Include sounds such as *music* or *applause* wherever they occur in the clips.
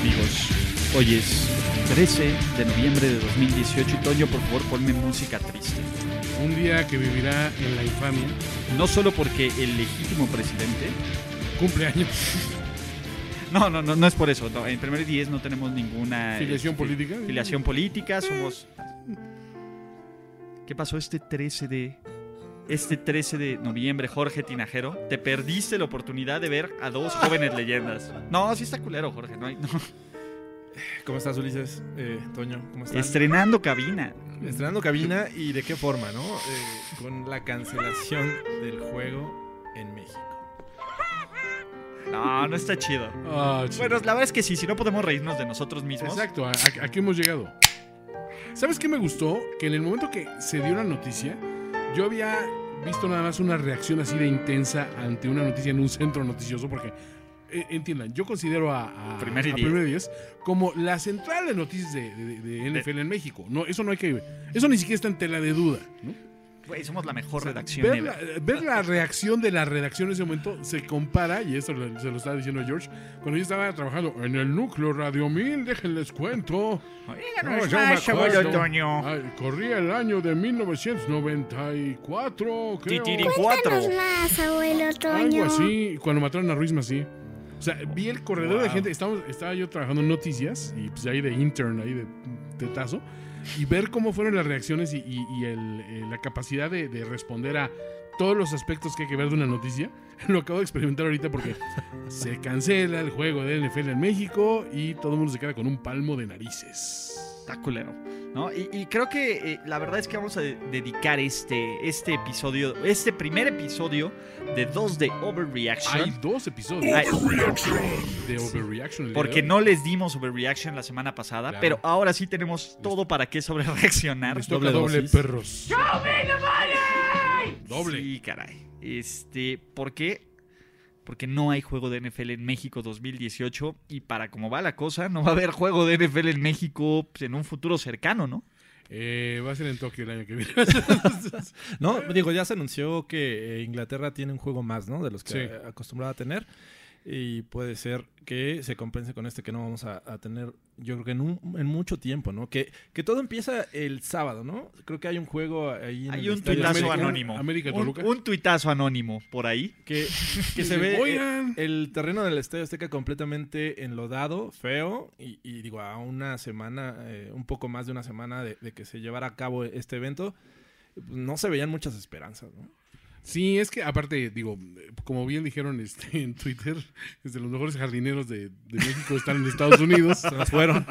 amigos. Hoy es 13 de noviembre de 2018 y Toño, por favor, ponme música triste. Un día que vivirá en la infamia. No solo porque el legítimo presidente... Cumpleaños. No, no, no, no es por eso. no, en primer 10 no tenemos ninguna... este, Filiación política. Filiación política, somos... ¿Qué pasó este 13 de... Este 13 de noviembre, Jorge Tinajero, te perdiste la oportunidad de ver a dos jóvenes leyendas. No, sí está culero, Jorge. No hay, no. ¿Cómo estás, Ulises? Eh, Toño, ¿cómo estás? Estrenando cabina. Estrenando cabina y de qué forma, ¿no? Eh, con la cancelación del juego en México. No, no está chido. Ah, chido. Bueno, la verdad es que sí, si no podemos reírnos de nosotros mismos. Exacto, ¿a, a- a qué hemos llegado? ¿Sabes qué me gustó? Que en el momento que se dio la noticia, yo había visto nada más una reacción así de intensa ante una noticia en un centro noticioso, porque eh, entiendan, yo considero a, a- Primero y a Diez. Primero y Diez como la central de noticias de, de- de NFL en México. No, eso no hay que. Eso ni siquiera está en tela de duda. ¿no? Güey, somos la mejor redacción Ver ever. la, ver la reacción de la redacción en ese momento se compara, y eso lo- se lo estaba diciendo George, cuando yo estaba trabajando en el núcleo Radio 1000, déjenles cuento. No, yo me acuerdo. Ah, Ay, corría el año de 1994, creo. Titiri cuatro. más, abuelo Algo Toño. así, cuando mataron a Ruiz Masí. O sea, vi el corredor de Wow. gente. Estaba, estaba yo trabajando en noticias y pues ahí de intern, ahí de tetazo. Y ver cómo fueron las reacciones y, y- y el- eh, la capacidad de, de responder a todos los aspectos que hay que ver de una noticia. *laughs* Lo acabo de experimentar *laughs* ahorita porque se cancela el juego de NFL en México y todo el mundo se queda con un palmo de narices. Está culero, ¿no? Y, y creo que eh, la verdad es que vamos a de- dedicar este, este episodio, este primer episodio de 2 de Overreaction. Hay dos episodios Ay, de Overreaction. el día de porque hoy. no les dimos Overreaction la semana pasada, Claro. pero ahora sí tenemos todo para qué sobre reaccionar. Les toca doble, dosis. perros. Doble. Sí, caray. Este, ¿por qué? Porque no hay juego de NFL en México 2018 y para cómo va la cosa, no va a haber juego de NFL en México pues, en un futuro cercano, ¿no? Eh, va a ser en Tokio el año que *laughs* viene. No, digo, ya se anunció que eh, Inglaterra tiene un juego más, ¿no? De los que Sí. eh, acostumbraba a tener. Y puede ser que se compense con este que no vamos a, a tener, yo creo que en, un- en mucho tiempo, ¿no? Que, que todo empieza el sábado, ¿no? Creo que hay un juego ahí en Hay el un estadio tuitazo Azteca anónimo. América Un, Toluca. un tuitazo anónimo por ahí. Que, *laughs* que se ve... eh, Oigan. El terreno del Estadio Azteca completamente enlodado, feo, y, y digo, a una semana, eh, un poco más de una semana de, de que se llevara a cabo este evento, pues, no se veían muchas esperanzas, ¿no? Sí, es que aparte, digo, eh, como bien dijeron este, en Twitter, este, los mejores jardineros de, de México están en Estados *laughs* Unidos. Se nos fueron.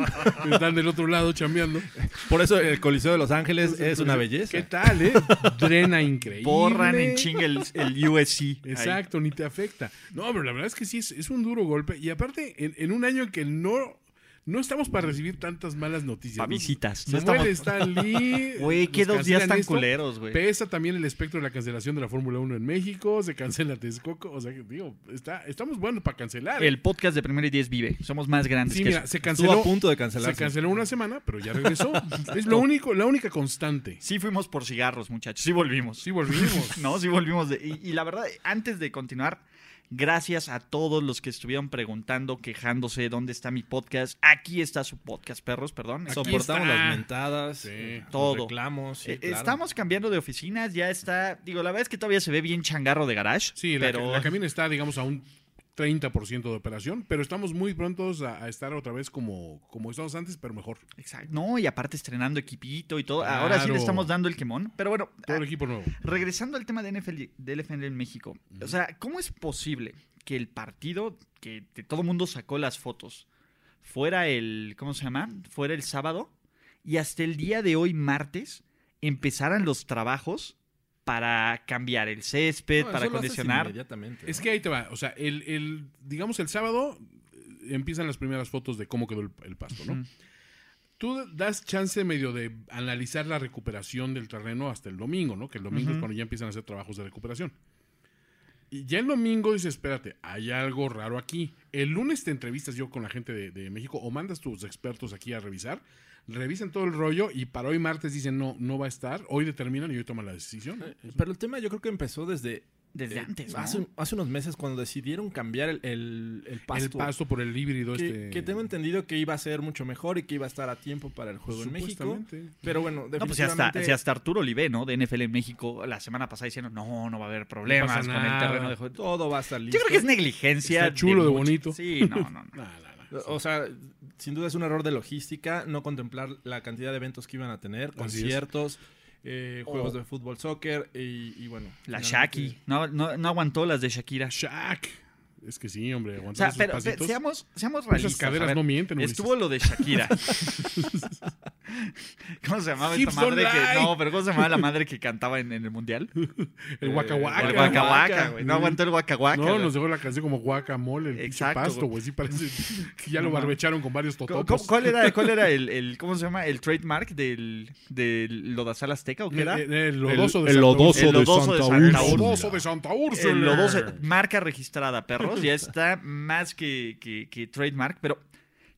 están del otro lado chambeando. Por eso el Coliseo de Los Ángeles es una ¿Qué belleza. tal, eh? Drena increíble. Borran en chinga el, el USC. ahí. Exacto, ni te afecta. No, pero la verdad es que sí, es, es un duro golpe. Y aparte, en, en un año en que no, no estamos para recibir tantas malas noticias. Pa' ¿no? visitas. No Samuel *laughs* está Lee. Güey, qué nos dos días cancelan tan esto. culeros, güey. Pesa también el espectro de la cancelación de la Fórmula 1 en México, se cancela Texcoco, o sea, que, digo, está, estamos buenos para cancelar. El podcast de Primero y Diez vive. Somos más grandes sí, que mira, eso. se Estuvo a canceló, punto de se cancelar. canceló una semana, pero *laughs* ya regresó. es lo único, la única constante. Sí fuimos por cigarros, muchachos. Sí volvimos. Sí, *laughs* volvimos. No, sí volvimos. de- y, y la verdad, antes de continuar, gracias a todos los que estuvieron preguntando, quejándose, ¿dónde está mi podcast? Aquí está su podcast, perros, perdón. Soportamos está. las mentadas, Sí. eh, los Todo. reclamos. sí, Eh, claro. Estamos cambiando de oficinas, ya está. Digo, la verdad es que todavía se ve bien changarro de garage. Sí, la, pero la cabina está, digamos, a un 30% de operación, pero estamos muy prontos a, a estar otra vez como, como estábamos antes, pero mejor. Exacto. No, y aparte estrenando equipito y todo. Ahora sí le Claro. estamos dando el quemón. Pero bueno, Todo el equipo nuevo. regresando al tema de NFL, del NFL en México. O sea, ¿cómo es posible que el partido que te- todo el mundo sacó las fotos fuera el, ¿cómo se llama? Fuera el sábado y hasta el día de hoy, martes, empezaran los trabajos para cambiar el césped, No, para eso lo haces acondicionar? inmediatamente, Es ¿no? que ahí te va, o sea, el, el digamos el sábado eh, empiezan las primeras fotos de cómo quedó el, el pasto, ¿no? Ujú. Tú das chance medio de analizar la recuperación del terreno hasta el domingo, ¿no? Que el domingo es Ujú. cuando ya empiezan a hacer trabajos de recuperación. Y ya el domingo dices, espérate, hay algo raro aquí. El lunes te entrevistas yo con la gente de, de México o mandas tus expertos aquí a revisar. Revisan todo el rollo y para hoy martes dicen, no, no va a estar. Hoy determinan y hoy toman la decisión. Pero el tema yo creo que empezó desde... Desde eh, antes, ¿no? hace, hace unos meses cuando decidieron cambiar el, el- el pasto. El pasto por el híbrido que, este. que tengo entendido que iba a ser mucho mejor y que iba a estar a tiempo para el Pues, juego en México. Supuestamente. Pero bueno, definitivamente... No, pues ya hasta, si hasta Arturo Olive, ¿no? De NFL en México, la semana pasada diciendo, no, no va a haber problemas No pasa con el nada. terreno de juego. Todo va a estar listo. Yo creo que es negligencia. Está chulo de mucho- bonito. Sí, no, no, no. Nah, nah, nah. O sea, sin duda es un error de logística no contemplar la cantidad de eventos que iban a tener, conciertos, eh, juegos de fútbol, soccer y, y bueno. La finalmente- Shaki. No, no, no aguantó las de Shakira. Shaq. Es que sí, hombre, O aguantar sea, esos pero, pasitos. pero seamos, seamos realistas. Esas caderas a ver, no mienten, Ulises. Estuvo lo de *laughs* Shakira. *laughs* ¿Cómo se llamaba esta Hips don't madre que. lie. No, pero ¿cómo se llamaba la madre que cantaba en, en el mundial? El Waka El Waka. Waka Waka, güey. No aguantó el Waka Waka. No, güey. nos dejó la canción como guacamole, el pinche Exacto, pasto, güey. güey. Sí parece *laughs* que ya lo barbecharon con varios ¿Cu- cu- totopos. ¿Cuál era, cuál era el, *laughs* el- ¿cómo se llama? ¿El trademark del, del Lodazal Azteca o qué era? El, el lodoso de El- el Santa lodoso Úrsula. El lodoso de Santa El Úrsula. lodoso de Santa Úrsula. El lodoso, marca registrada, perros, ya está más que, que, que trademark, pero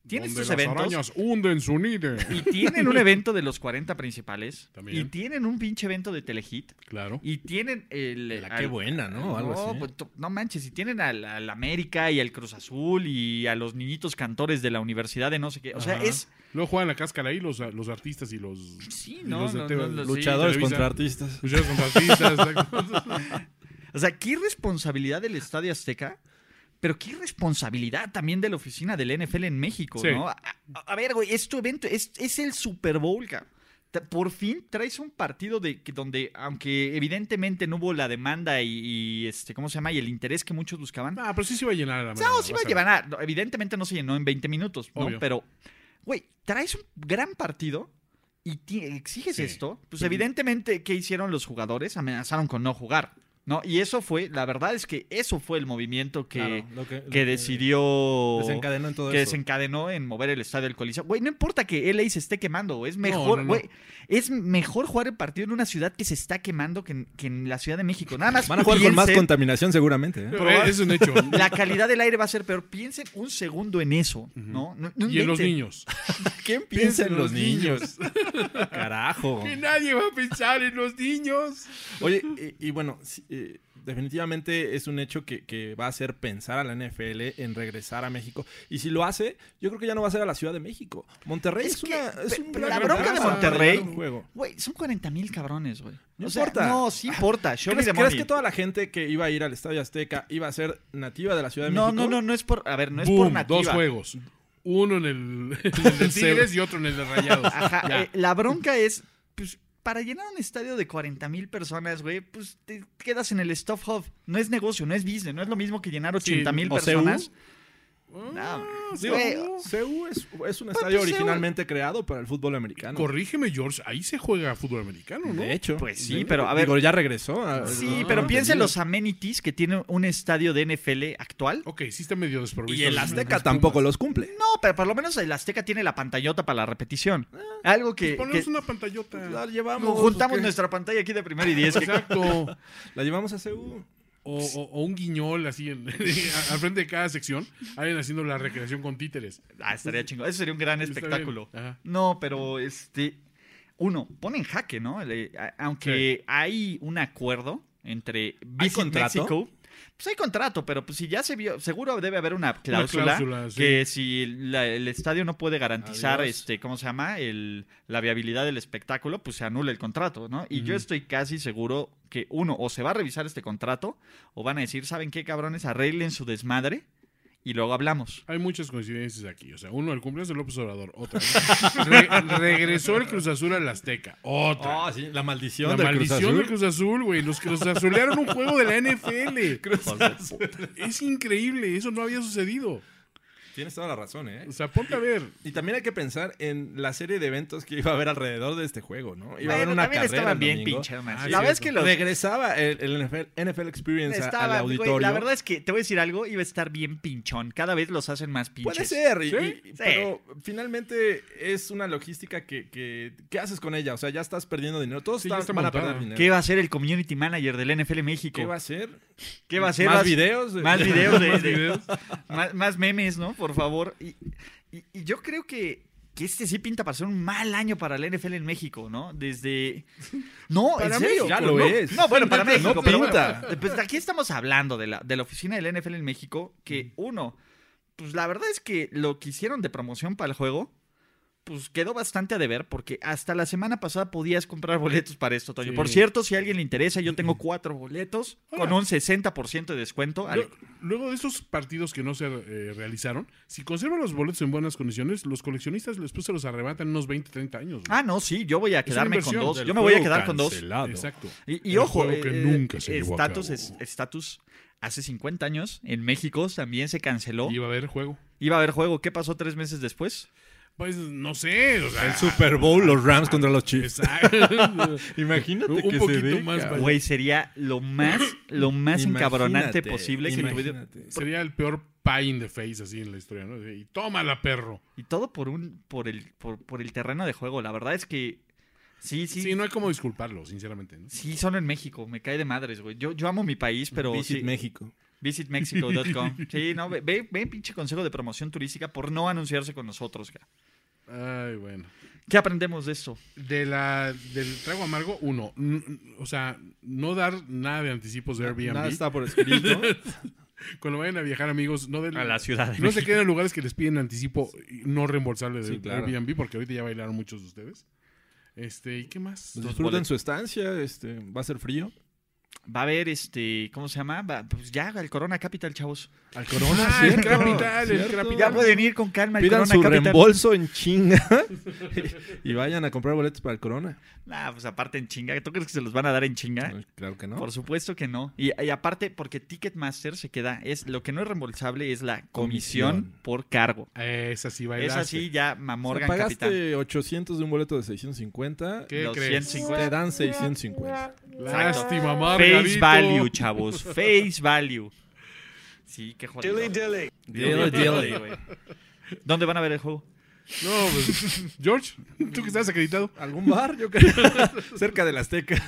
tiene Donde estos las eventos arañas hunden su nido. y tienen un evento de los 40 principales También. y tienen un pinche evento de Telehit Claro. y tienen el... La qué al- buena, ¿no? Algo no, así. pues, to- no manches, y tienen al, al América y al Cruz Azul y a los niñitos cantores de la universidad de no sé qué. O sea, Ajá. es... Luego juegan la cáscara ahí los, los artistas y los... Sí, y no, los de no, Teba- no, no, sí, Luchadores Televisa. contra artistas. Luchadores contra *laughs* artistas. exacto. O sea, qué irresponsabilidad del Estadio Azteca, pero qué irresponsabilidad también de la oficina del NFL en México, Sí. ¿no? A, a- a ver, güey, es tu evento, es, es el Super Bowl, cabrón. Te- Por fin traes un partido de que donde, aunque evidentemente no hubo la demanda y, y, este, ¿cómo se llama? Y el interés que muchos buscaban. Ah, pero sí se iba a llenar la O sea, manera, o sí va vas a a llevar a- no, evidentemente no se llenó en 20 minutos, ¿no? Obvio. Pero, güey, traes un gran partido y ti- exiges Sí. esto. Pues evidentemente, ¿qué hicieron los jugadores? Amenazaron con no jugar, ¿no? Y eso fue, la verdad es que eso fue el movimiento que, Claro, lo que, lo que decidió... Desencadenó en todo Que eso. desencadenó en mover el estadio del Coliseo. Güey, no importa que LA se esté quemando, güey, es no, mejor, no. güey. Es mejor jugar el partido en una ciudad que se está quemando que en, que en la Ciudad de México. Nada más. Van *laughs* a jugar con más piensen- contaminación seguramente. ¿eh? Pero es un hecho. la calidad del aire va a ser peor. Piensen un segundo en eso, ¿no? No- no Y en los inventen. niños. ¿Quién piensa en los niños? *laughs* Carajo. Que nadie va a pensar en los niños. Oye, y, y bueno, sí, eh, definitivamente es un hecho que, que va a hacer pensar a la NFL en regresar a México. Y si lo hace, yo creo que ya no va a ser a la Ciudad de México. Monterrey es, Es que, una- es pe- un pero gran la bronca plaza de para Monterrey- ganar un juego. Güey, son 40 mil cabrones, güey. No O sea, importa. No, sí importa. Show me ¿Crees, the crees money. que toda la gente que iba a ir al Estadio Azteca iba a ser nativa de la Ciudad de No, México? no, no, no es por. A ver, no es por Boom, nativa. dos juegos. Uno en el, *laughs* en el Ah, de Tigres y otro en el de Rayados. *laughs* Ajá, Ya. eh, la bronca es, pues, para llenar un estadio de 40 mil personas, güey, pues te quedas en el Stuff Hub. No es negocio, no es business, no es lo mismo que llenar 80 mil ¿O CU? personas. Ah, No, Digo, güey, CU es, es un Pues, estadio pues, CU. originalmente creado para el fútbol americano. Corrígeme, George, ahí se juega fútbol americano, ¿no? De hecho. Pues sí, pero a ver- Digo, ya regresó. a- Sí, Ah, pero piensa en entendido. los amenities que tiene un estadio de NFL actual. Ok, sí está medio desprovisto. Y el de- Azteca tampoco los cumple. No, pero por lo menos el Azteca tiene la pantallota para la repetición. Algo que, Ponemos que una Pues *laughs* pantallota. La llevamos. juntamos ¿qué? nuestra pantalla aquí de primera y diez. que- Exacto. La llevamos a CU. O, o- o un guiñol así en- *laughs* al frente de cada sección. Alguien haciendo la recreación con títeres. ah, estaría chingón. Ese sería un gran Está bien. espectáculo. Ajá. No, pero este. Uno, pone en jaque, ¿no? Le- a- aunque hay un acuerdo entre Visit contrato? Mexico. Pues hay contrato, pero pues si ya se vio, seguro debe haber una cláusula, cláusula, sí. que si la- el estadio no puede garantizar, Adiós. este, ¿cómo se llama? El, la viabilidad del espectáculo, pues se anula el contrato, ¿no? Y yo estoy casi seguro que uno, o se va a revisar este contrato, o van a decir, ¿saben qué cabrones? Arreglen su desmadre y luego hablamos. Hay muchas coincidencias aquí. O sea, uno, el cumpleaños de López Obrador. Otra. *laughs* Re- regresó el Cruz Azul al Azteca. Otra. Ah, sí, la maldición La del Cruz maldición Azul. del Cruz Azul, güey. Los Cruz Azulearon un *laughs* juego de la NFL. Es increíble, eso no había sucedido. Tienes toda la razón, ¿eh? O sea, ponte a ver. Y también hay que pensar en la serie de eventos que iba a haber alrededor de este juego, ¿no? Iba a haber Bueno, una también carrera. estaban el bien domingo. pinches, man. Ah, La sí, verdad es cierto. que los... Regresaba el, el NFL, Experience a- al Estaba, güey, auditorio. la verdad es que te voy a decir algo, iba a estar bien pinchón. Cada vez los hacen más pinches. Puede ser, y- ¿Sí? y- Sí. pero finalmente es una logística que, que- ¿Qué haces con ella? O sea, ya estás perdiendo dinero. Todos Sí, ya están- está van a montada. perder dinero. ¿Qué va a hacer el community manager del NFL México? ¿Qué va a hacer? ¿Qué va a hacer? ¿Más Vas- *laughs* videos? Más *laughs* videos de, Más de- videos. más, más memes, ¿no? Por favor. Y, y- y yo creo que, que este sí pinta para ser un mal año para la NFL en México, ¿no? Desde. *laughs* No, Para en serio. México, Ya lo no, es. No, bueno, para No México. pero bueno, pinta. pues aquí estamos hablando de la, de la oficina del NFL en México, que uno, pues la verdad es que lo que hicieron de promoción para el juego. Pues quedó bastante a deber porque hasta la semana pasada podías comprar boletos para esto, Toño. Sí. Por cierto, si a alguien le interesa, yo tengo cuatro boletos con Hola. un 60% de descuento. al- Lu- Luego de esos partidos que no se eh, realizaron, si conservan los boletos en buenas condiciones, los coleccionistas después se los arrebatan en unos 20, 30 años. güey. Ah, no, sí, yo voy a quedarme con inversión dos. del Yo me voy a quedar con dos. Exacto. Y, y El ojo, juego que eh, nunca se llevó a estatus cabo. es- estatus hace 50 años en México también se canceló. Y iba a haber juego. Iba a haber juego. ¿Qué pasó tres meses después? Pues no sé, o sea, El Super Bowl, los Rams contra los Chiefs. exacto. *laughs* Imagínate Un que poquito se dé, más cabrón. Vaya. Güey, sería lo más, lo más Imagínate, encabronante posible que tuviera. imagínate. Sería el peor pie in the face así en la historia, ¿no? Y tómala, perro. Y todo por un, por el, por, por el terreno de juego. La verdad es que sí, sí, Sí, no hay como disculparlo, sinceramente. ¿no? sí, son en México. Me cae de madres, güey. Yo, yo amo mi país, pero Visit sí. México. *laughs* Visitmexico.com. Sí, no, ve, ve, ve pinche consejo de promoción turística por no anunciarse con nosotros. ca. Ay, bueno. ¿Qué aprendemos de esto? De la, del trago amargo, uno, n- n- o sea, no dar nada de anticipos de Airbnb. Nada está *laughs* por escrito. Cuando vayan a viajar, amigos, no den- A la Ciudad de No se queden en lugares que les piden anticipo y no reembolsable de Sí, claro. Airbnb, porque ahorita ya bailaron muchos de ustedes. Este, ¿y qué más? Pues Disfruten su estancia, este, va a ser frío. Va a haber este, ¿cómo se llama? Va- pues ya el Corona Capital, chavos. Al corona, Ah, el ¿cierto? capital, el ¿Cierto? capital. Ya pueden ir con calma al Pidan Corona su Capital. reembolso en chinga *laughs* y vayan a comprar boletos para el corona. Nah, pues aparte en chinga. ¿Tú crees que se los van a dar en chinga? No, Claro que no. ¿Eh? Por supuesto que no. Y, y aparte, porque Ticketmaster se queda, es lo que no es reembolsable es la comisión, Comisión. por cargo. Es así, Es bailaste. así ya Mamorgan pagaste Capital. 800 de un boleto de 650. ¿Qué Los crees? 150. Te dan 650. Lástima, Face Margarito. value, chavos. Face value. Sí, qué jodido. Dile, dile. güey. ¿Dónde van a ver el juego? No, pues, George, tú que estás acreditado. ¿Algún bar? Yo creo. *laughs* Cerca del Azteca.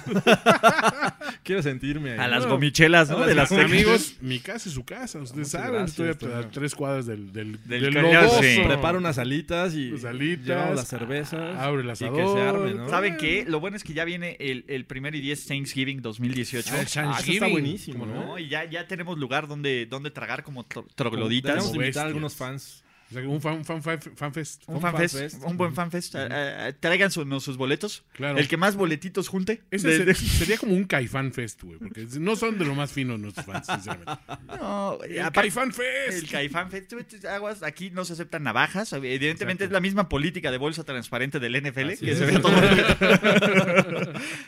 *laughs* Quiero sentirme ahí. A las no. gomichelas, ¿no? A De las las Amigos, mi casa es su casa. Ustedes Muchas saben, gracias, estoy a, Toño. a tres cuadras del, del, Del del Carriazo. lodoso. Sí. Prepara unas alitas y Tus alitas, Ah, llevamos las cervezas. abre el Y que se asador. arme, ¿no? *laughs* ¿Saben qué? Lo bueno es que ya viene el, el primer y 10 Thanksgiving 2018. Ah, el Ah, eso está Thanksgiving. buenísimo, ¿Cómo ¿no? ¿no? Y ya, ya tenemos lugar donde, donde tragar como tro- Deberíamos trogloditas. Como invitar bestias. a algunos fans. O sea, un fan, fan, fan, fanfest. Un un fanfest, fanfest. un buen fanfest. Ah, ah, ah, Traigan su- no, sus boletos. Claro. El que más boletitos junte. Ese De- se- de- sería como un Caifán Fest, güey, porque no son de lo más fino nuestros *laughs* fans, sinceramente. No, El aparte- Caifán El Fest. Caifán Fest, tú vete, aguas, aquí no se aceptan navajas. Evidentemente es la misma política de bolsa transparente del NFL Así que es. se ve *laughs* todo.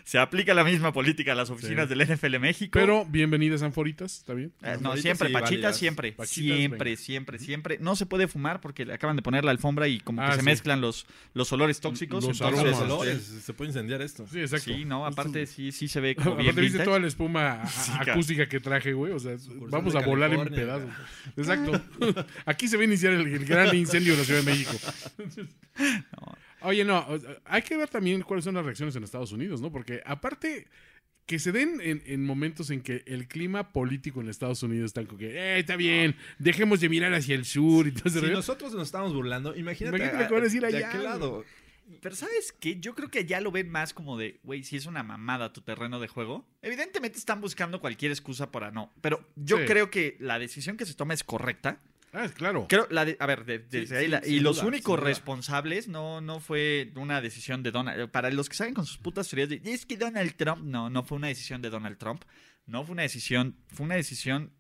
se aplica la misma política a las oficinas del NFL México. Pero bienvenidas anforitas, ¿está bien? Eh, no, Ahorita siempre, sí, pachitas, válidas. siempre, Pachitas, siempre, venga. siempre, siempre. No se puede fumar porque le acaban de poner la alfombra y como que Ah, se sí. mezclan los, los olores tóxicos. Los entonces, este, aromas. Los olores, sí. se puede incendiar esto. Sí, exacto. Sí, no, aparte sí, sí se ve como *laughs* Aparte, bien viste vintage. toda la espuma *laughs* a- Sí, a- cabrón. acústica que traje, güey. O sea, vamos de a volar en *laughs* pedazos. California. Exacto. *laughs* Aquí se va a iniciar el, el gran incendio de la Ciudad de México. *laughs* Oye, no, o sea, hay que ver también cuáles son las reacciones en Estados Unidos, ¿no? Porque aparte que se den en, en momentos en que el clima político en Estados Unidos está como que, eh, está bien, dejemos de mirar hacia el sur y todo ese Si rollo. nosotros nos estamos burlando, imagínate, Imagínate lo que van a decir ¿De allá, qué lado? Pero ¿sabes qué? Yo creo que ya lo ven más como de, güey, si es una mamada tu terreno de juego. Evidentemente están buscando cualquier excusa para no. Pero yo Sí. creo que la decisión que se toma es correcta. Ah, claro. Creo, la de- a ver, de- desde sí, ahí. la- y sin los duda, únicos sin duda. responsables no, no fue una decisión de Donald. eh, Para los que salen con sus putas teorías de, es que Donald Trump. No, no fue una decisión de Donald Trump. No fue una decisión. Fue una decisión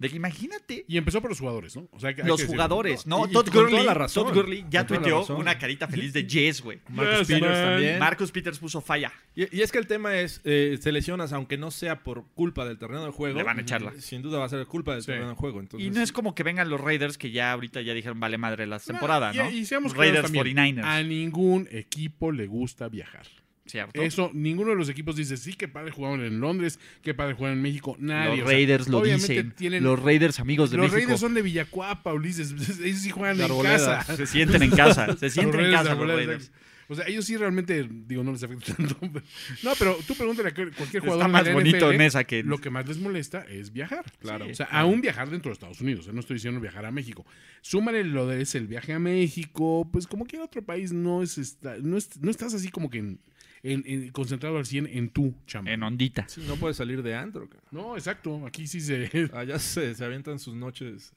De que imagínate Y empezó por los jugadores, ¿no? O sea, que hay los que decirlo. jugadores, No, ¿no? y- y Todd, con Gurley, toda la razón. Todd Gurley ya Con toda la tuiteó razón. una carita feliz de Yes, güey. Marcus Yes, Peters man. también. Marcus Peters puso falla. Y, y es que el tema es, eh, te lesionas, aunque no sea por culpa del terreno de juego. eh, Le van a echarla. Sin duda va a ser culpa del Sí. terreno de juego. Entonces, Y no es como que vengan los Raiders que ya ahorita ya dijeron vale madre la temporada, y- ¿no? Y, seamos claros Raiders también, Ah, 49ers. A ningún equipo le gusta viajar. ¿cierto? Eso, ninguno de los equipos dice, sí, qué padre jugaron en Londres, qué padre jugaron en México. Nadie. los o sea, Raiders lo obviamente dicen. tienen- los Raiders amigos de los México Raiders son de Villacuapa, Ulises. *laughs* Ellos sí juegan De en Arboleda. casa. se sienten en casa. Se Los sienten en Raiders casa de los Arboleda, Raiders. exacto. O sea, ellos sí realmente, digo, no les afecta *laughs* tanto. pero- No, pero tú pregúntale a cualquier jugador. Está de más la bonito NFL, en esa que... Lo que más les molesta es viajar. Claro. O sea, aún viajar dentro de Estados Unidos. eh, No estoy diciendo viajar a México. Súmale lo de es el viaje a México. Pues como que en otro país no es, esta- no, es- no estás así como que en- en- en- concentrado al 100 en tu chamba. En ondita. Sí, no puedes salir de antro. cabrón. No, exacto. Aquí sí se. Allá se, se avientan sus noches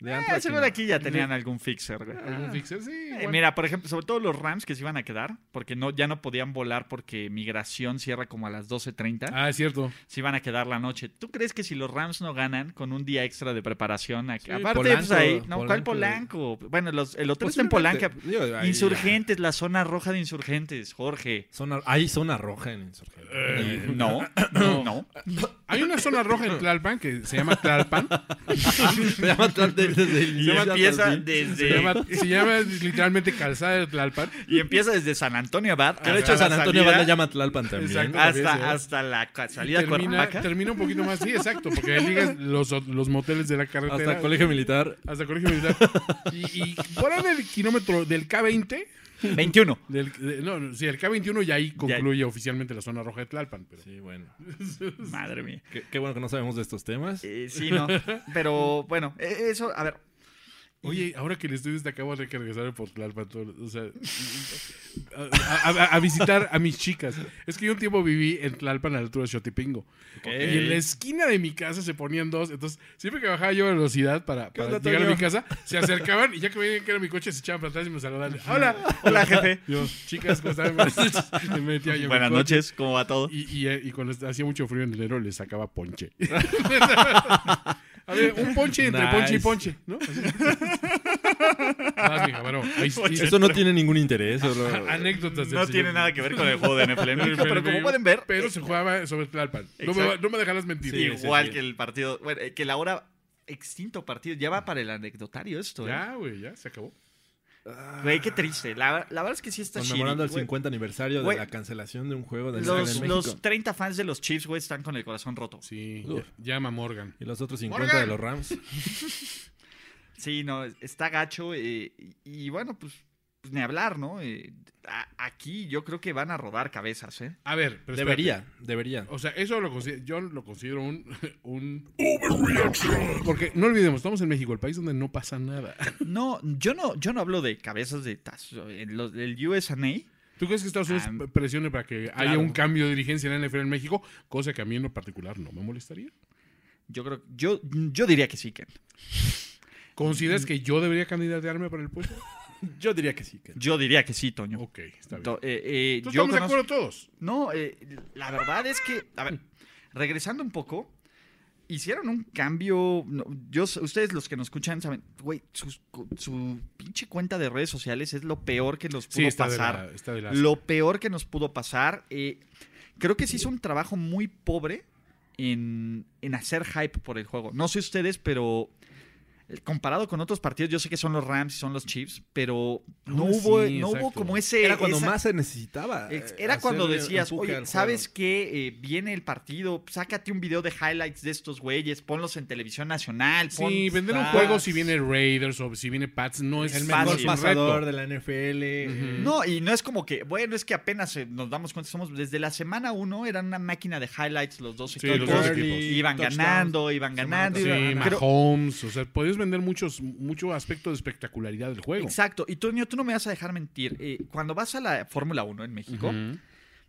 de antro. Eh, aquí seguro no. aquí ya tenían algún fixer, güey. *laughs* ¿Algún fixer? Ah, Sí, Eh, igual. mira, por ejemplo, sobre todo los Rams que se iban a quedar, porque no, ya no podían volar porque migración cierra como a las 12.30. Ah, es cierto. se iban a quedar la noche. ¿Tú crees que si los Rams no ganan con un día extra de preparación? a- Sí, aparte, Polanco, pues, ahí, no, ¿cuál Polanco? Polanco? Bueno, los- el hotel está en Polanca. Digo, ahí- Insurgentes, la zona roja de insurgentes, Jorge. Eh, Zona- hay zona roja en Insurgentes. Eh, no, no, no. Hay una zona roja en Tlalpan que se llama *laughs* Tlalpan. se llama tal- desde, desde el Y inicio hasta el empieza fin. Se desde, llama, se llama literalmente calzada de Tlalpan. y empieza desde San Antonio Abad. Que de hecho hasta San la Antonio salida- Abad le llama Tlalpan también. Exacto. hasta, hasta la ca- salida a Termina, Cuernavaca. termina un poquito más. Sí, exacto. Porque ahí ligas los, los moteles de la carretera. Hasta el colegio militar. Hasta colegio militar. Y, y por ahí del kilómetro del K20, 21. del, de- no, no, sí, el K21 ya ahí concluye oficialmente la zona roja de Tlalpan. Pero, Sí, bueno. Madre mía. Qué, qué bueno que no sabemos de estos temas. Eh, sí, *laughs* no. Pero bueno, eh, eso, a ver. Oye, ahora que el estudio está acabo de regresar por Tlalpan, todo- o sea, *laughs* a, a- a- a visitar a mis chicas. Es que yo un tiempo viví en Tlalpan a la altura de Xotipingo. Y en la esquina de mi casa se ponían dos. Entonces, siempre que bajaba yo a velocidad para, para onda, llegar a Toño? mi casa, se acercaban y ya que veían que era mi coche, se echaban para atrás y me saludaban. Hola, Hola, jefe. Yo, chicas, ¿cómo están? Buenas noches. *laughs* Me metía yo en mi Buenas coche. noches, ¿cómo va todo? Y, y, eh, y cuando est- hacía mucho frío en enero les sacaba ponche. *laughs* A ver, un ponche entre Nice. ponche y ponche, ¿no? *laughs* Vas, mija, bueno, ahí- ahí- Esto no tiene ningún Ah, interés. solo- anécdotas. del No señor. tiene nada que ver con el juego de NFL en México, pero como pueden ver, eh, Pero se jugaba sobre Tlalpan. No me, va- no me dejarás mentir. Sí, sí, igual sí. que el partido, bueno, eh, que la hora extinto partido, ya va para el anecdotario esto, ¿eh? Ya, güey, ya, se acabó. Güey, qué triste. La, la verdad es que sí está Conmemorando shitty, el güey. 50 aniversario de Güey. la cancelación de un juego de NFL Los, en México. los 30 fans de los Chiefs, güey, están con el corazón roto. Sí, Uf. ya- llama Morgan. Y los otros 50 de Morgan. los Rams. Sí, no, está gacho. eh, y, y bueno, pues, pues ni hablar, ¿no? Eh, a- aquí yo creo que van a rodar cabezas, ¿eh? A ver, pero espérate. Debería, debería. O sea, eso lo considero, yo lo considero un, *laughs* un... Porque no olvidemos, estamos en México, el país donde no pasa nada. No, yo no, yo no hablo de cabezas de tazo. En los, el USA, ¿Tú crees que Estados Unidos Ah, presione para que haya un cambio de dirigencia en la NFL en México? Cosa que a mí en lo particular no me molestaría. yo creo, yo, yo diría que sí, Ken. ¿Consideras que yo debería candidatearme para el puesto? Mm. *laughs* Yo diría que sí. que- Yo diría que sí, Toño. Ok, está bien. To- eh, eh, Entonces, yo estamos de conozco- acuerdo todos. No, eh, la verdad es que, a ver, regresando un poco, hicieron un cambio. no, yo, sé- ustedes los que nos escuchan saben, güey, sus- cu- su pinche cuenta de redes sociales es lo peor que nos pudo Sí, está de, pasar. la, está de la- Lo peor que nos pudo pasar. eh, creo que se hizo un trabajo muy pobre en, en hacer hype por el juego. No sé ustedes, pero eh, comparado con otros partidos, yo sé que son los Rams y son los Chiefs, pero no, Aún así, hubo, no hubo exacto. como ese... Era cuando esa- más se necesitaba. eh, Ex- Era cuando hacerle decías, empuje al oye, juego". ¿sabes qué? Eh, viene el partido, sácate un video de highlights de estos güeyes, ponlos en televisión nacional. pon- Sí, vender un Pats. juego si viene Raiders o si viene Pats no es El el Fácil. mejor menor pasador pasador. de la NFL. eh, No, y no es como que, bueno, es que apenas eh, nos damos cuenta, somos desde la semana uno, eran una máquina de highlights los dos Sí, equipos. los dos Gurley, equipos. Iban touchdowns. ganando, iban ganando. Sí, Sí, iban ganando. Pero- Mahomes, o sea, podías vender muchos, mucho aspecto de espectacularidad del juego. exacto, y Toño, tú no me vas a dejar mentir. eh, cuando vas a la Fórmula 1 en México, Ujú.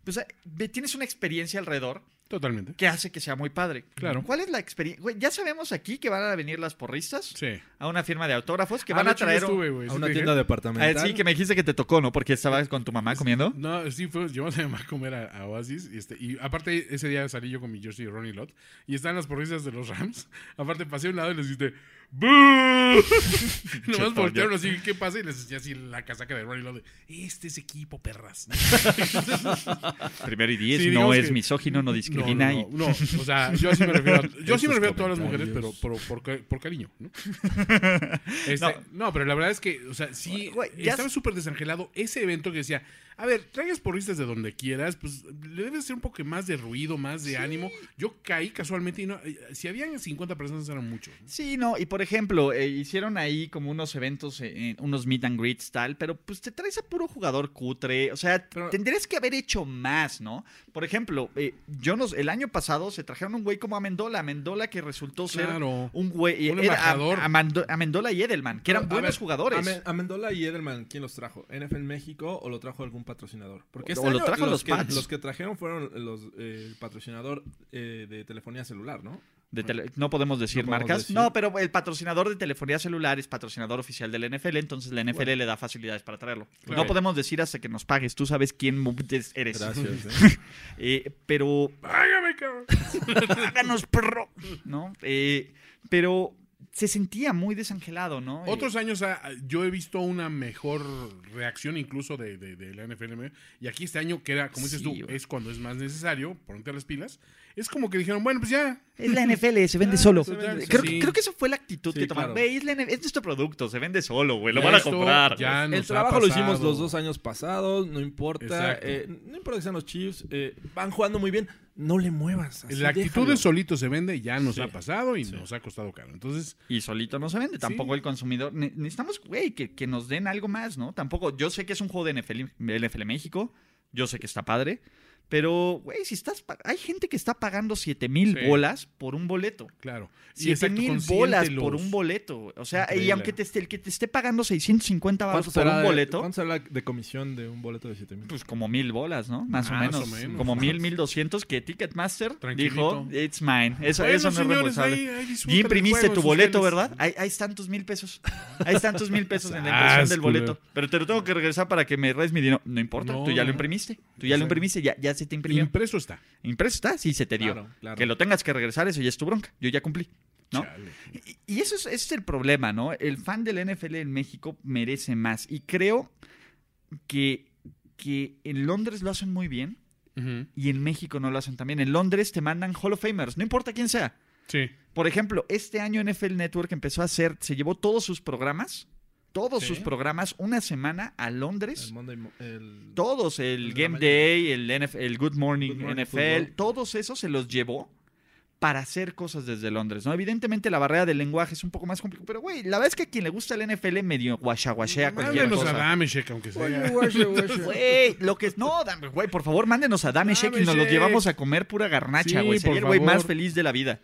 pues, eh, ve- tienes una experiencia alrededor Totalmente. que hace que sea muy padre. Claro. ¿Cuál es la experiencia? Ya sabemos aquí que van a venir las porristas Sí. a una firma de autógrafos, que Ah, van de a hecho, yo traer... un- estuve, güey, A sí una te dije. tienda Ah, departamental. sí, que me dijiste que te tocó, ¿no? Porque estabas con tu mamá comiendo. No, sí, fue, llevamos a mi mamá a comer a, a Oasis. Y, este, y aparte, ese día salí yo con mi jersey de Ronnie Lott. Y están las porristas de los Rams. Aparte, pasé a un lado y les dijiste ¡Boo! *laughs* Nomás Chetoño. voltearon así, ¿qué pasa? Y les decía así la casaca de Ronnie Lott. de, este es equipo, perras. Primero y diez, Sí, no digamos es que- misógino, no No, discrimina. no, no, no, o sea, yo sí me refiero a, *laughs* yo sí me Esos refiero a todas las mujeres, pero, comentarios. pero por, ca- por cariño. ¿no? Este, No. no. pero la verdad es que, o sea, sí, Güey, ya estaba es- súper desangelado ese evento que decía, a ver, traigas porristas de donde quieras, pues le debes hacer un poco más de ruido, más de ánimo. Yo caí casualmente y no, eh, si habían 50 personas eran muchos. ¿no? Sí, no, y por ejemplo, eh, hicieron ahí como unos eventos, eh, eh, unos meet and greets tal, pero pues te traes a puro jugador cutre, o sea, Pero- tendrías que haber hecho más, ¿no? Por ejemplo, eh, yo no sé, el año pasado se trajeron un güey como Amendola, Amendola que resultó ser Claro. un güey, Un era a- embajador. Amando- Amendola y Edelman, que eran A buenos ver, jugadores. Ame- Amendola y Edelman, ¿quién los trajo? ¿NFL México o lo trajo algún patrocinador? este O- o lo año trajo los que, Pats. Los que trajeron fueron los eh, el patrocinador eh, de telefonía celular, ¿no? De tele- no podemos decir No podemos marcas. decir. No, pero el patrocinador de telefonía celular es patrocinador oficial del NFL, entonces la NFL le da facilidades para traerlo. Claro. No podemos decir hasta que nos pagues, tú sabes quién mu- des- eres. Gracias. ¿eh? Eh, pero *laughs* Págame, cabrón. háganos perro, ¿no? Eh, pero se sentía muy desangelado, ¿no? Eh, Otros años ah, yo he visto una mejor reacción incluso de, de- de la NFL. Y aquí este año, que era, como dices Sí, tú, güey. es cuando es más necesario, ponerte las pilas. Es como que dijeron, bueno, pues ya, Es la NFL, se vende solo. Ah, se vende creo, solo. creo que esa fue la actitud Sí, que tomaron. claro. Güey, es, la NFL, es nuestro producto, se vende solo, güey, lo Ya van a esto comprar. ya nos El ha trabajo lo hicimos pasado. los dos años pasados, no importa. Exacto. eh, no importa que sean los Chiefs, eh, van jugando muy bien. No le muevas. así La actitud déjalo. de solito se vende, ya nos Sí. ha pasado y nos ha costado caro. Entonces, Y solito no se vende, tampoco el consumidor. Ne- Necesitamos, güey, que, que nos den algo más, ¿no? Tampoco, yo sé que es un juego de NFL, NFL México, yo sé que está padre, pero, güey, si estás, pa- hay gente que está pagando 7 mil Sí. bolas por un boleto. claro. Y 7 exacto, mil consiéntelos. bolas por un boleto. O sea, y Increíble. aunque te esté, el que te esté pagando 650 ¿Cuánto baros por será un de- boleto, ¿Cuánto será de comisión de un boleto de 7 mil? pues como mil bolas, ¿no? Más, o, Más menos, o menos. Como *laughs* mil, mil doscientos que Ticketmaster dijo, Tranquilito. it's mine. Eso, eso Bueno, no es señores, reembolsable. ahí- ahí disfruten Y el imprimiste juego tu ustedes. boleto, ¿verdad? Ahí, ahí están tus mil pesos. Ahí están tus mil pesos en la impresión del Asco, boleto. güey. Pero te lo tengo que regresar para que me redes mi dinero. No importa, No, tú ya lo no. imprimiste. Tú ya lo Exacto. imprimiste, ya, ya se te imprimió. Impreso está. Impreso está, sí se te dio. Claro, claro. Que lo tengas que regresar, eso ya es tu bronca. Yo ya cumplí, ¿no? Chale. Y- Y eso es, ese es el problema, ¿no? El fan del NFL en México merece más. Y creo que, que en Londres lo hacen muy bien Ujú. y en México no lo hacen también. En Londres te mandan Hall of Famers, no importa quién sea. Sí. Por ejemplo, este año NFL Network empezó a hacer, se llevó todos sus programas, todos Sí. sus programas, una semana a Londres. El Monday, mo- el- Todos, el El de la Game mañana. Day, el, NF el Good Morning, Good Morning NFL, Football. todos esos se los llevó para hacer cosas desde Londres, ¿no? Evidentemente la barrera del lenguaje es un poco más complicada, pero güey, la verdad es que a quien le gusta el NFL medio guachaguachea cualquier Háblenos a cosa. Dameshek, aunque sea. Güey, lo que es. No, dame, güey, por favor, mándenos a Dame Shek y nos los Shek. llevamos a comer pura garnacha, Sí, güey. por Sería el güey más favor. feliz de la vida.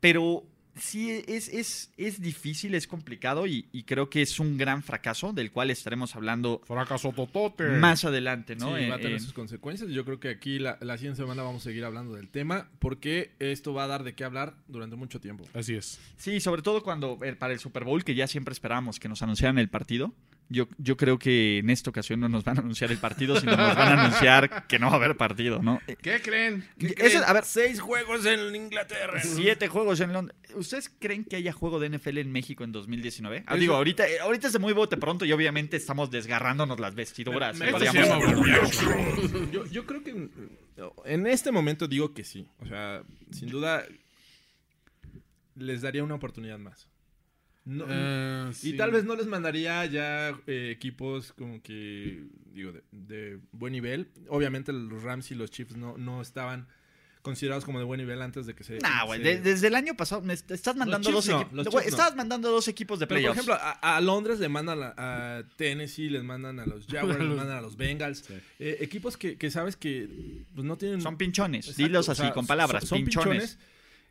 Pero sí, es, es, es difícil, es complicado y, y creo que es un gran fracaso del cual estaremos hablando Fracaso totote. más adelante, Sí, ¿no? Eh, va a tener eh, sus consecuencias. Yo creo que aquí la, la siguiente semana vamos a seguir hablando del tema porque esto va a dar de qué hablar durante mucho tiempo. Así es. sí, sobre todo cuando eh, para el Super Bowl, que ya siempre esperábamos que nos anunciaran el partido. Yo, yo creo que en esta ocasión no nos van a anunciar el partido, sino nos van a anunciar que no va a haber partido, ¿no? Eh, *laughs* ¿Qué creen? eso- a ver, seis juegos en Inglaterra. Siete juegos en Londres. ¿Ustedes creen que haya juego de NFL en México en 2019? Ah, Eso- digo, ahorita, eh, ahorita es de muy bote pronto y obviamente estamos desgarrándonos las vestiduras. Me- me- ¿no? Esto Vayamos. se Digamos, llama Burbujas. *laughs* Yo, yo creo que en- en este momento digo que sí. O sea, sin duda les daría una oportunidad más. No- Eh, Ah, y sí. tal vez no les mandaría ya eh, equipos como que, digo, de, de buen nivel. Obviamente los Rams y los Chiefs no, no estaban considerados como de buen nivel antes de que se... Nah, güey, se- de- desde el año pasado me est- estás mandando Chiefs dos no, equipos. los Güey, Chiefs no. Estabas mandando dos equipos de Pero, por playoffs. ejemplo, a, a Londres le mandan a, a Tennessee, les mandan a los Jaguars, les Los- mandan a los Bengals. Eh, equipos que, que sabes que pues, no tienen... son pinchones, Exacto, dilos o así sea, con palabras, son- son pinchones.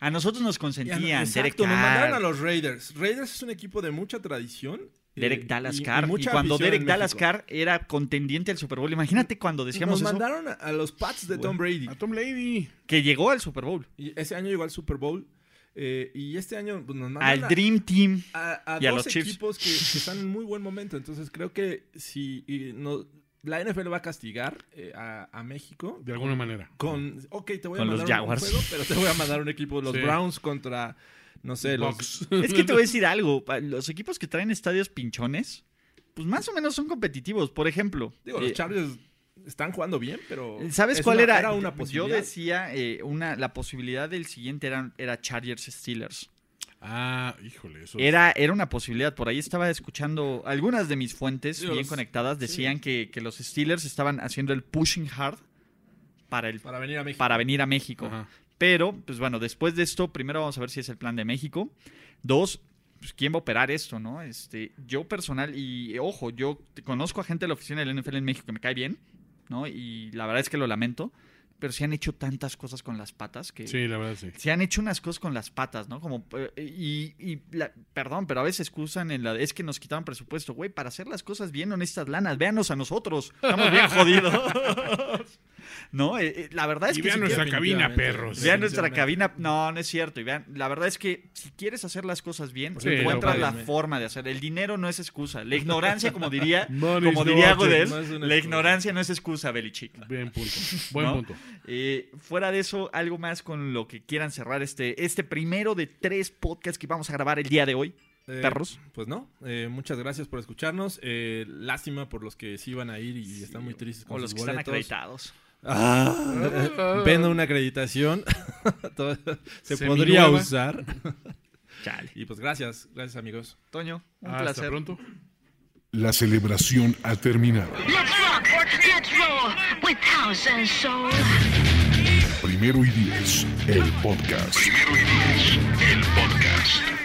A nosotros nos Y a- consentían, Derek Exacto, nos mandaron Carr. a los Raiders. Raiders es un equipo de mucha tradición eh, Derek Dallas y- y Carr. Y, mucha cuando afición en Derek Dallas México. Carr era contendiente al Super Bowl, imagínate cuando decíamos Nos eso, mandaron a, a los Pats de Tom Brady. A Tom Lady. que llegó al Super Bowl, Y ese año llegó al Super Bowl. eh, y este año pues, nos mandaron al a- Dream Team. a, a y a dos los Chiefs. equipos que, que están en muy buen momento. Entonces creo que si y no- la NFL va a castigar eh, a, a México De alguna manera. con, ok, te voy a Con los mandar Jaguars. un juego, pero te voy a mandar un equipo, *laughs* los Sí. Browns contra, no sé, los... Bucks. Es que te voy a decir algo, pa- los equipos que traen estadios pinchones, pues más o menos son competitivos. Por ejemplo, Digo, los eh, Chargers están jugando bien, pero... ¿Sabes es cuál una- era? Era una Yo posibilidad. decía, eh, una, la posibilidad del siguiente era, era Chargers Steelers. Ah, híjole, eso. Eh. es- Era, era una posibilidad. Por ahí estaba escuchando algunas de mis fuentes Digo, bien los- conectadas decían que, que los Steelers estaban haciendo el pushing hard para, el, Para venir a México. para venir a México. Ajá. Pero, pues bueno, después de esto, primero vamos a ver si es el plan de México. Dos, pues quién va a operar esto, ¿no? Este, yo personal, y ojo, yo te- conozco a gente de la oficina del NFL en México que me cae bien, ¿no? Y la verdad es que lo lamento, pero se han hecho tantas cosas con las patas que... Sí, la verdad, sí. Se han hecho unas cosas con las patas, ¿no? Como, eh, y, y la- perdón, pero a veces excusan en la, es que nos quitaron presupuesto, güey, para hacer las cosas bien no necesitas lanas, véanos a nosotros, estamos *laughs* bien jodidos. *laughs* no, Eh, eh, la verdad es Y que... vean si nuestra cabina, Definitivamente. perros. Vean nuestra Definitivamente. cabina. No, no es cierto. Y vean, la verdad es que si quieres hacer las cosas bien, Sí, encuentras no, la vale. forma de hacer. El dinero no es excusa. La ignorancia, como *laughs* diría, Money como is diría no Godel, object, no es una la excusa. ignorancia no es excusa, Belichick. Bien punto. Buen ¿No? punto. Eh, fuera de eso, algo más con lo que quieran cerrar este, este primero de tres podcasts que vamos a grabar el día de hoy. Eh, Perros. Pues no, eh, muchas gracias por escucharnos. eh, lástima por los que sí iban a ir y están muy tristes con O los sus que están boletos. acreditados. Ah, vendo una acreditación. *laughs* Todo- se Se podría minúa. usar. Chale. Y pues gracias, gracias amigos. Toño, un Hasta placer. pronto. La celebración ha terminado. Let's rock, let's roll with house and soul. Primero y diez, el podcast. Primero y diez, el podcast.